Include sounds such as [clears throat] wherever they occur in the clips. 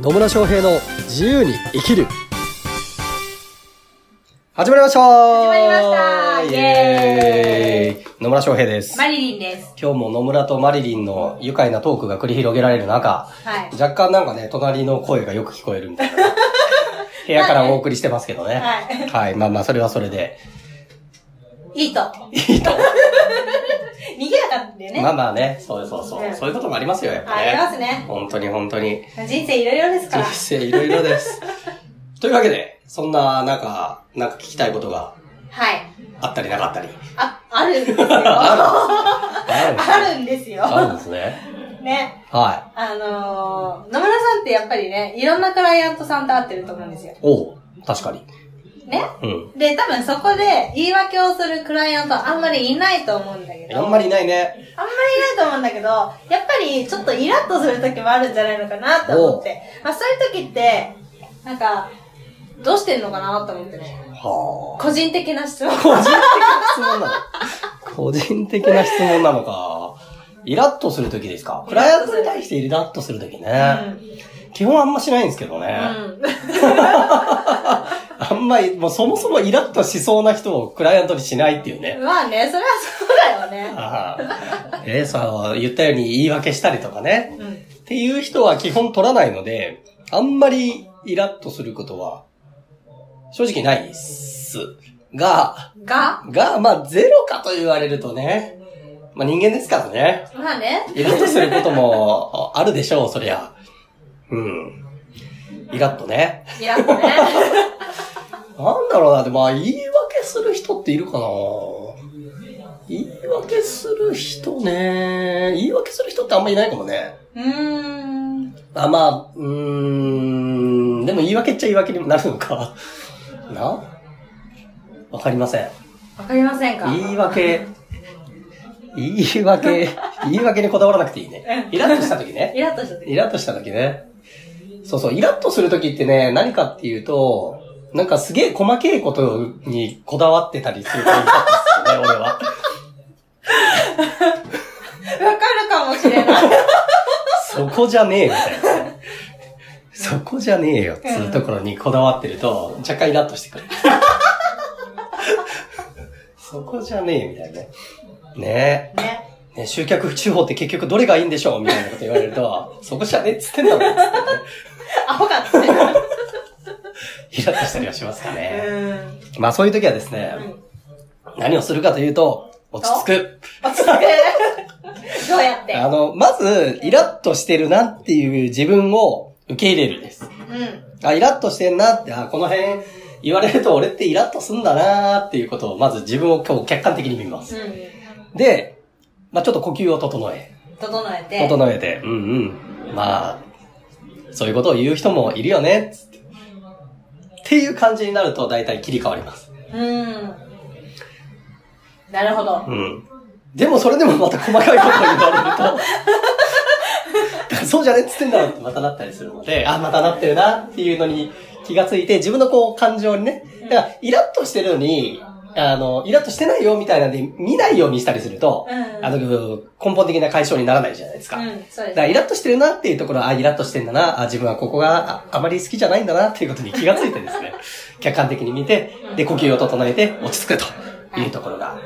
野村翔平の自由に生きる始まりました始まりましたイエーイ野村翔平です。マリリンです。今日も野村とマリリンの愉快なトークが繰り広げられる中、はい。若干なんかね、隣の声がよく聞こえるみたい [laughs] な。部屋からお送りしてますけどね。はいはい。まあまあ、それはそれで。いいと。いいと。 [laughs] 賑やかなんだよね。まあまあね、そうそうそう。ねそういうこともありますよ、やっぱね。ありますね本当に本当に。人生いろいろですか人ら。生いろいろです。というわけで、そんな、なんか、なんか聞きたいことがはい。あったりなかったり。あ、あるん [laughs] ですよ。あるんですねあるんで [laughs] あるんですよ。すね。ね。はあのー、野村さんってやっぱりね、いろんなクライアントさんと会ってると思うんですよい。。おう、確かに。ね。うん。で、多分そこで言い訳をするクライアントあんまりいないと思うんだけど。あんまりいないね。あんまりいないと思うんだけど、やっぱりちょっとイラッとする時もあるんじゃないのかなと思って。まあそういう時って、なんか、どうしてんのかなと思ってね。はあ。個人的な質問。個人的な質問なの個人的な質問なのか。イラッとするときですかクライアントに対してイラッとするときね。基本あんましないんですけどうね。ん。あんまり、もうそもそもイラッとしそうな人をクライアントにしないっていうね。 [laughs] うん。まあね、それはそうだよね。ああ。えー、そう、言ったように言い訳したりとかね。うん。っていう人は基本取らないので、あんまりイラッとすることは、正直ないっす。が、がが、まあ、ゼロかと言われるとね。まあ、人間ですからね。まあね。イラッとすることも [laughs] あるでしょう、そりゃ。うん。イラッとね。イラッと [laughs] ね。なんだろうな、でも、まあ、言い訳する人っているかな言い訳する人ね。言い訳する人ってあんまいないかもね。うーん。あ、まあ、うーん、でも言い訳っちゃ言い訳にもなるのか。なわかりません。わかりませんか言い訳、言い訳、言い訳にこだわらなくていいね。イラッとした時ね。イラッとした時。イラッとした時ね。そうそう、イラッとする時ってね、何かっていうと、なんかすげえ細けいことにこだわってたりするとイラッとするね、俺は。わかるかもし [laughs] れない。そこじゃねえみたい [laughs] なね。そこじゃねえよっていうところにこだわってると、若干イラッとしてくる。 [laughs] そこじゃねえみたいなね。ねね。え。ね集客地方って結局どれがいいんでしょうみたいなこと言われると、 [laughs] そこじゃねえっつってんだも [laughs] んっつってね。アホかって。うイラッとしたりはしますかね。ん。まあそういう時はですね、うん何をするかというと、落ち着く。落ち着く。どうやってあの、まず、イラッとしてるなっていう自分を受け入れるです。うん。あ、イラッとしてんなって、あ、この辺言われると俺ってイラッとすんだなーっていうことを、まず自分を今日客観的に見ます。うん。で、まあちょっと呼吸を整え、整えて。整えて、うんうん。まあ、そういうことを言う人もいるよね、つって。っていう感じになると大体切り替わります。うん。なるほど。うん。でもそれでもまた細かいことを言 [laughs] われると、そうじゃねっつってんだろってまたなったりするので、あ、またなってるなっていうのに気がついて、自分のこう感情にね、だからイラッとしてるのに、あの、イラッとしてないよみたいなんで見ないようにしたりすると、うんあの、根本的な解消にならないじゃないですか。うん、そだうでからイラッとしてるなっていうところ、あ、イラッとしてんだな、あ、自分はここがああまり好きじゃないんだなっていうことに気がついてです [laughs] ね、客観的に見て、で、呼吸を整えて落ち着くというところが、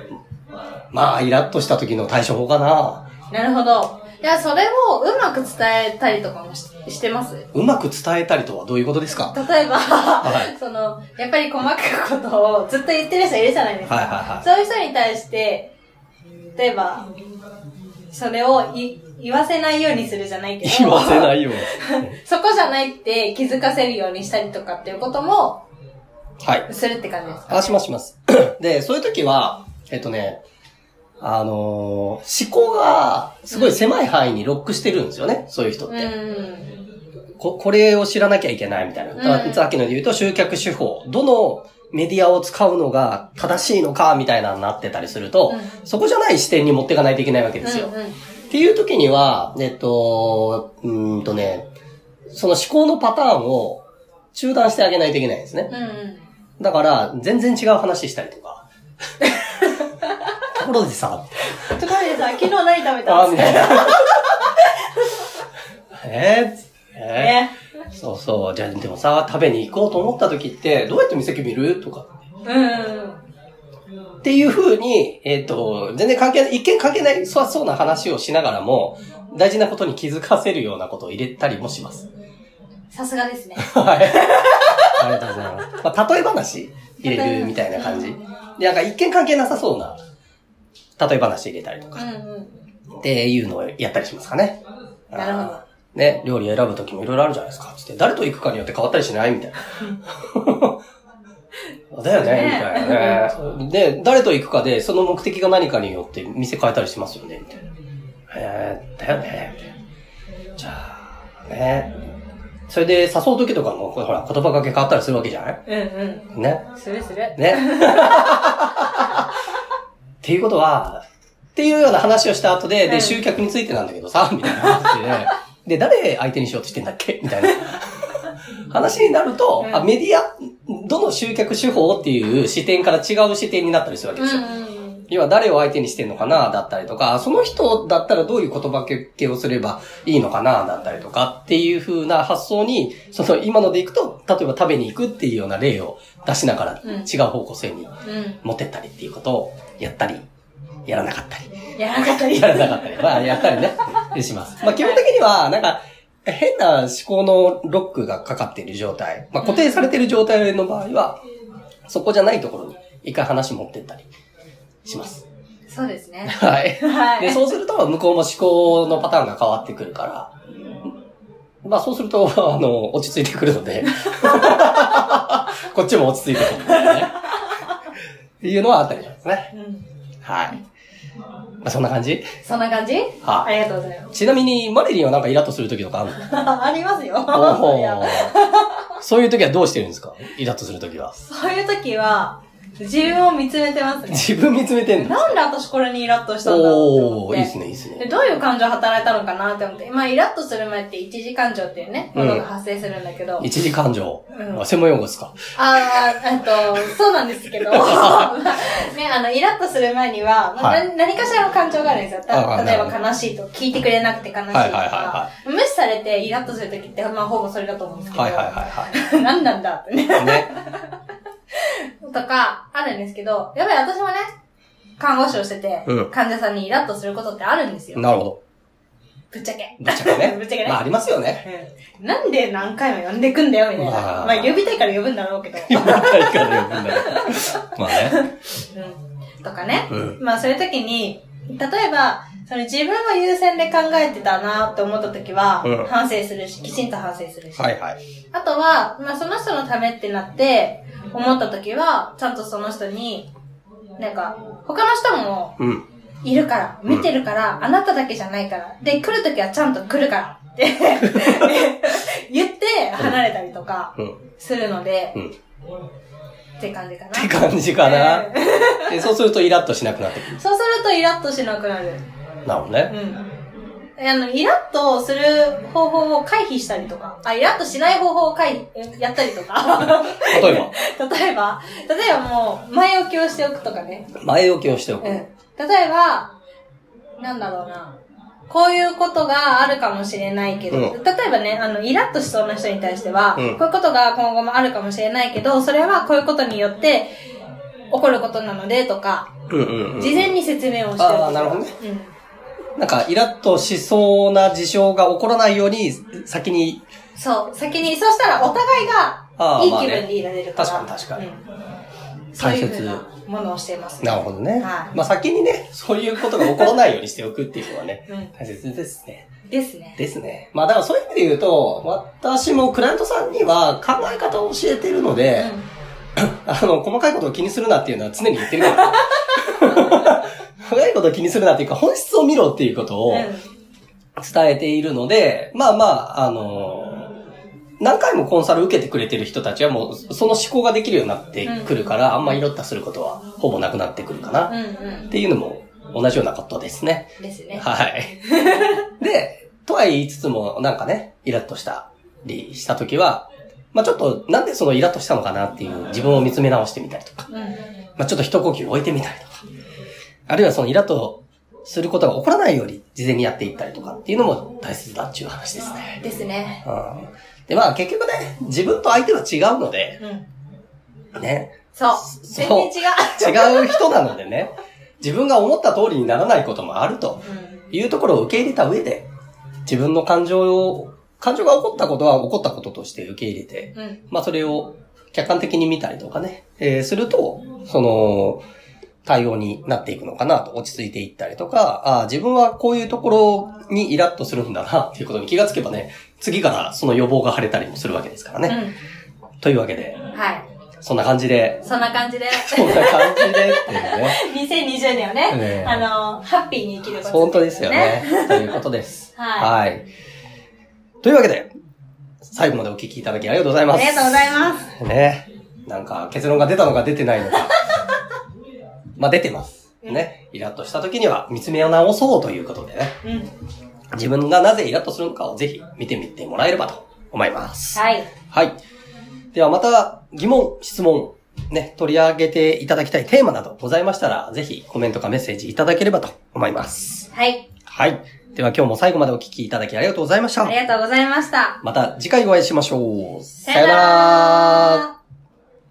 まあ、イラッとした時の対処法かな。す。なるほど。いや、それをうまく伝えたりとかもししてますうまく伝えたりとはどういうことですか例えば、い [laughs] その、やっぱり細かいことをずっと言ってる人いるじゃないですか。はいはいはいそういう人に対して、例えば、それをい言わせないようにするじゃないけど、。言わせないいよ。 [laughs] [laughs] そこじゃないって気づかせるようにしたりとかっていうこともはい。するって感じですか、あ、しますします。 [clears throat] で、そういう時は、えっとね、あのー思考がすごい狭い範囲にロックしてるんですよね、そういう人って。うん。こ、これを知らなきゃいけないみたいな。だから、うんさっきので言うと集客手法。どのメディアを使うのが正しいのかみたいなのになってたりすると、うそこじゃない視点に持っていかないといけないわけですよ。うんうんっていう時には、えっと、うーんとね、その思考のパターンを中断してあげないといけないんですね。うんうん。だから、全然違う話したりと [laughs] か。ところでさ、ところでさ、昨日何食べたあんみですたかいな。えー、えーね。そうそう。じゃあ、でもさ、食べに行こうと思った時って、どうやって店決めるとか。うん。っていう風に、えっ、と、全然関係ない、一見関係ない、そうそうな話をしながらも、大事なことに気づかせるようなことを入れたりもします。さすがですね。はい。 [laughs] ありがとうございます。まあ、例え話入れるみたいな感じ。で、なんか一見関係なさそうな、例え話入れたりとうか、んうん。っていうのをやったりしますかね。なるほど。ね、料理選ぶ時もいろいろあるじゃないですか。つって、誰と行くかによって変わったりしないみたいな。だよね、みたいなね。で、誰と行くかで、その目的が何かによって店変えたりしますよね、みたいな。えー、だよね、みたいな。じゃあ、ね。それで誘う時とかも、ほら、言葉がけ変わったりするわけじゃないうんうね。ん。するする。ね。っていうことは、っていうような話をした後で、うで、ん集客についてなんだけどさ、みたいな話で、 [laughs] で、誰相手にしようとしてんだっけみたいな。話になると、うんあ、メディア、どの集客手法っていう視点から違う視点になったりするわけうんですよ。うん。要は誰を相手にしてんのかなだったりとか、その人だったらどういう言葉けけをすればいいのかなだったりとかっていう風な発想に、その今のでいくと、例えば食べに行くっていうような例を出しながらうん違う方向性にうん。持ってったりっていうことをやったり、やらなかったり、やらなかったり。やらなかったり、まあやったりね、します。まあ基本的には、なんか、変な思考のロックがかかっている状態、まあ固定されている状態の場合は、そこじゃないところに一回話持ってったりします。そうですね。はい。はい。で、そうすると、向こうも思考のパターンが変わってくるから、まあそうすると、 [laughs] あの、落ち着いてくるので、 [laughs] こっちも落ち着いてくるのでね。っていうのはあったりしますね。うん。はい。まあそんな感じそんな感じあはりがとうございます。い。ちなみに、マリリンはなんかイラッとする時とかあるのありますよ。お [laughs] いやーそういう時はどうしてるんですかイラッとする時は。そういう時は、自分を見つめてますね。自分見つめてんのなんで私これにイラッとしたんだろうって思っおて。ー、いいですね、いいですねで。どういう感情働いたのかなって思って。まあ、イラッとする前って一時感情っていうね、うもんのが発生するんだけど。一時感情。うんあ専門用語ですかああ、えっと、そうなんで [laughs] すけど。ね、あの、イラッとする前には、まあはいな何かしらの感情があるんですよ。あたー例えばなるほ悲しいとか聞いてくれなくて悲しいはいとはいはか、無視されてイラッとする時って、まあ、ほぼそれだと思うんですけど。はいはいは [laughs] 何なんだってね。いはい。ね。とか、あるんですけど、やっぱり私もね、看護師をしてて、うん患者さんにイラッとすることってあるんですよ。なるほど。ぶっちゃけ。 [laughs] ぶっちゃけね。ぶっちゃけねまあ、ありますよね。 [laughs] うんなんで何回も呼んでくんだよ、みたいな。まあまあ、呼びたいから呼ぶんだろうけど。今から呼ぶんだよ。まあね。うんとかね。うん。まあ、そういう時に、例えば、その自分を優先で考えてたなって思った時は、うん反省するし、きちんと反省するし。はいはい。あとは、まあ、その人のためってなって、思った時は、ちゃんとその人に、なんか、他の人もうん。いるから、見てるから、あなただけじゃないから。で、来るときはちゃんと来るからって [laughs] 言って離れたりとかうん。っするので、うんって感じかな。て感じかな。うんでそうするとイラッとしなくなってくそうするとイラッとしなくなる。る。なるほどうね。ん。 [laughs] あの、イラッとする方法を回避したりとか、あ、イラッとしない方法を回避、やったりとか。 [laughs] 例え例えば、例えばもう、前置きをしておくとかね。ば、前置きをしておく。ううんん。例えば、なんだろうな。こういうことがあるかもしれないけど、う例えばね、あの、イラッとしそうな人に対しては、うんこういうことが今後もあるかもしれないけど、それはこういうことによって起こることなので、とか、うんうん。事前に説明をしておくとか。あーなるほどねうん。なんか、イラッとしそうな事象が起こらないように、先に、そう、先に、そうしたらお互いあがーいいまあね気分でいられるから。確かに確かにうんそういうふうなものをしています、なるほどね。はいまあ先にね、そういうことが起こらないようにしておくっていうのはね、うん大切ですね。ですね。ですね。まあだからそういう意味で言うと、私もクライアントさんには考え方を教えているので、うん [laughs] あの、細かいことを気にするなっていうのは常に言ってるから。 [laughs] 細かいことを気にするなっていうか、本質を見ろっていうことをうん伝えているので、まあまあ、あの何回もコンサル受けてくれてる人たちはもう、その思考ができるようになってくるから、あんまイロッとすることはほぼなくなってくるかな。うんっうていうのも同じようなことですね。ん。ですね。はい。で、とは言いつつも、なんかね、イラッとしたりしたときは、まあちょっと、なんでそのイラッとしたのかなっていう自分を見つめ直してみたりとか、うん。まあちょっと一呼吸置いてみたりとか、あるいはそのイラッとすることが起こらないように、事前にやっていったりとかっていうのも大切だっていう話ですね。ですね。うん。で、まあ結局ね、自分と相手は違うので、うん。ね、そう。全そう然違違う。う人なのでね、自分が思った通りにならないこともあるとうん。いうところを受け入れた上で、自分の感情を、感情が起こったことは起こったこととして受け入れて、うん。まあそれを客観的に見たりとかね、えーすると、その、対応になっていくのかなと、落ち着いていったりとか、ああ、自分はこういうところにイラッとするんだな、っていうことに気がつけばね、次からその予防が晴れたりもするわけですからね。というわけでう、ん。はい。そんな感じで、そんな感じで、そんな感じでっていうね。 [laughs] 2020年をえねえ、あの、ハッピーに生きること。本当ですよ。ね。ということです。ははい。い。というわけで、最後までお聞きいただきありがとうございあます。りがとうございます。す。ね。なんか結論が出たのか出てないのか。 [laughs] まあ出てます。ね。イラッとした時には見つめ直そうということでね。うん。自分がなぜイラッとするのかをぜひ見てみてもらえればと思います。はい。はい。ではまた疑問、質問、ね、取り上げていただきたいテーマなどございましたら、ぜひコメントかメッセージいただければと思います。はい。はい。では今日も最後までお聞きいただきありがとうございましたあ。りがとうございました。また次回お会いしましょう。さよなら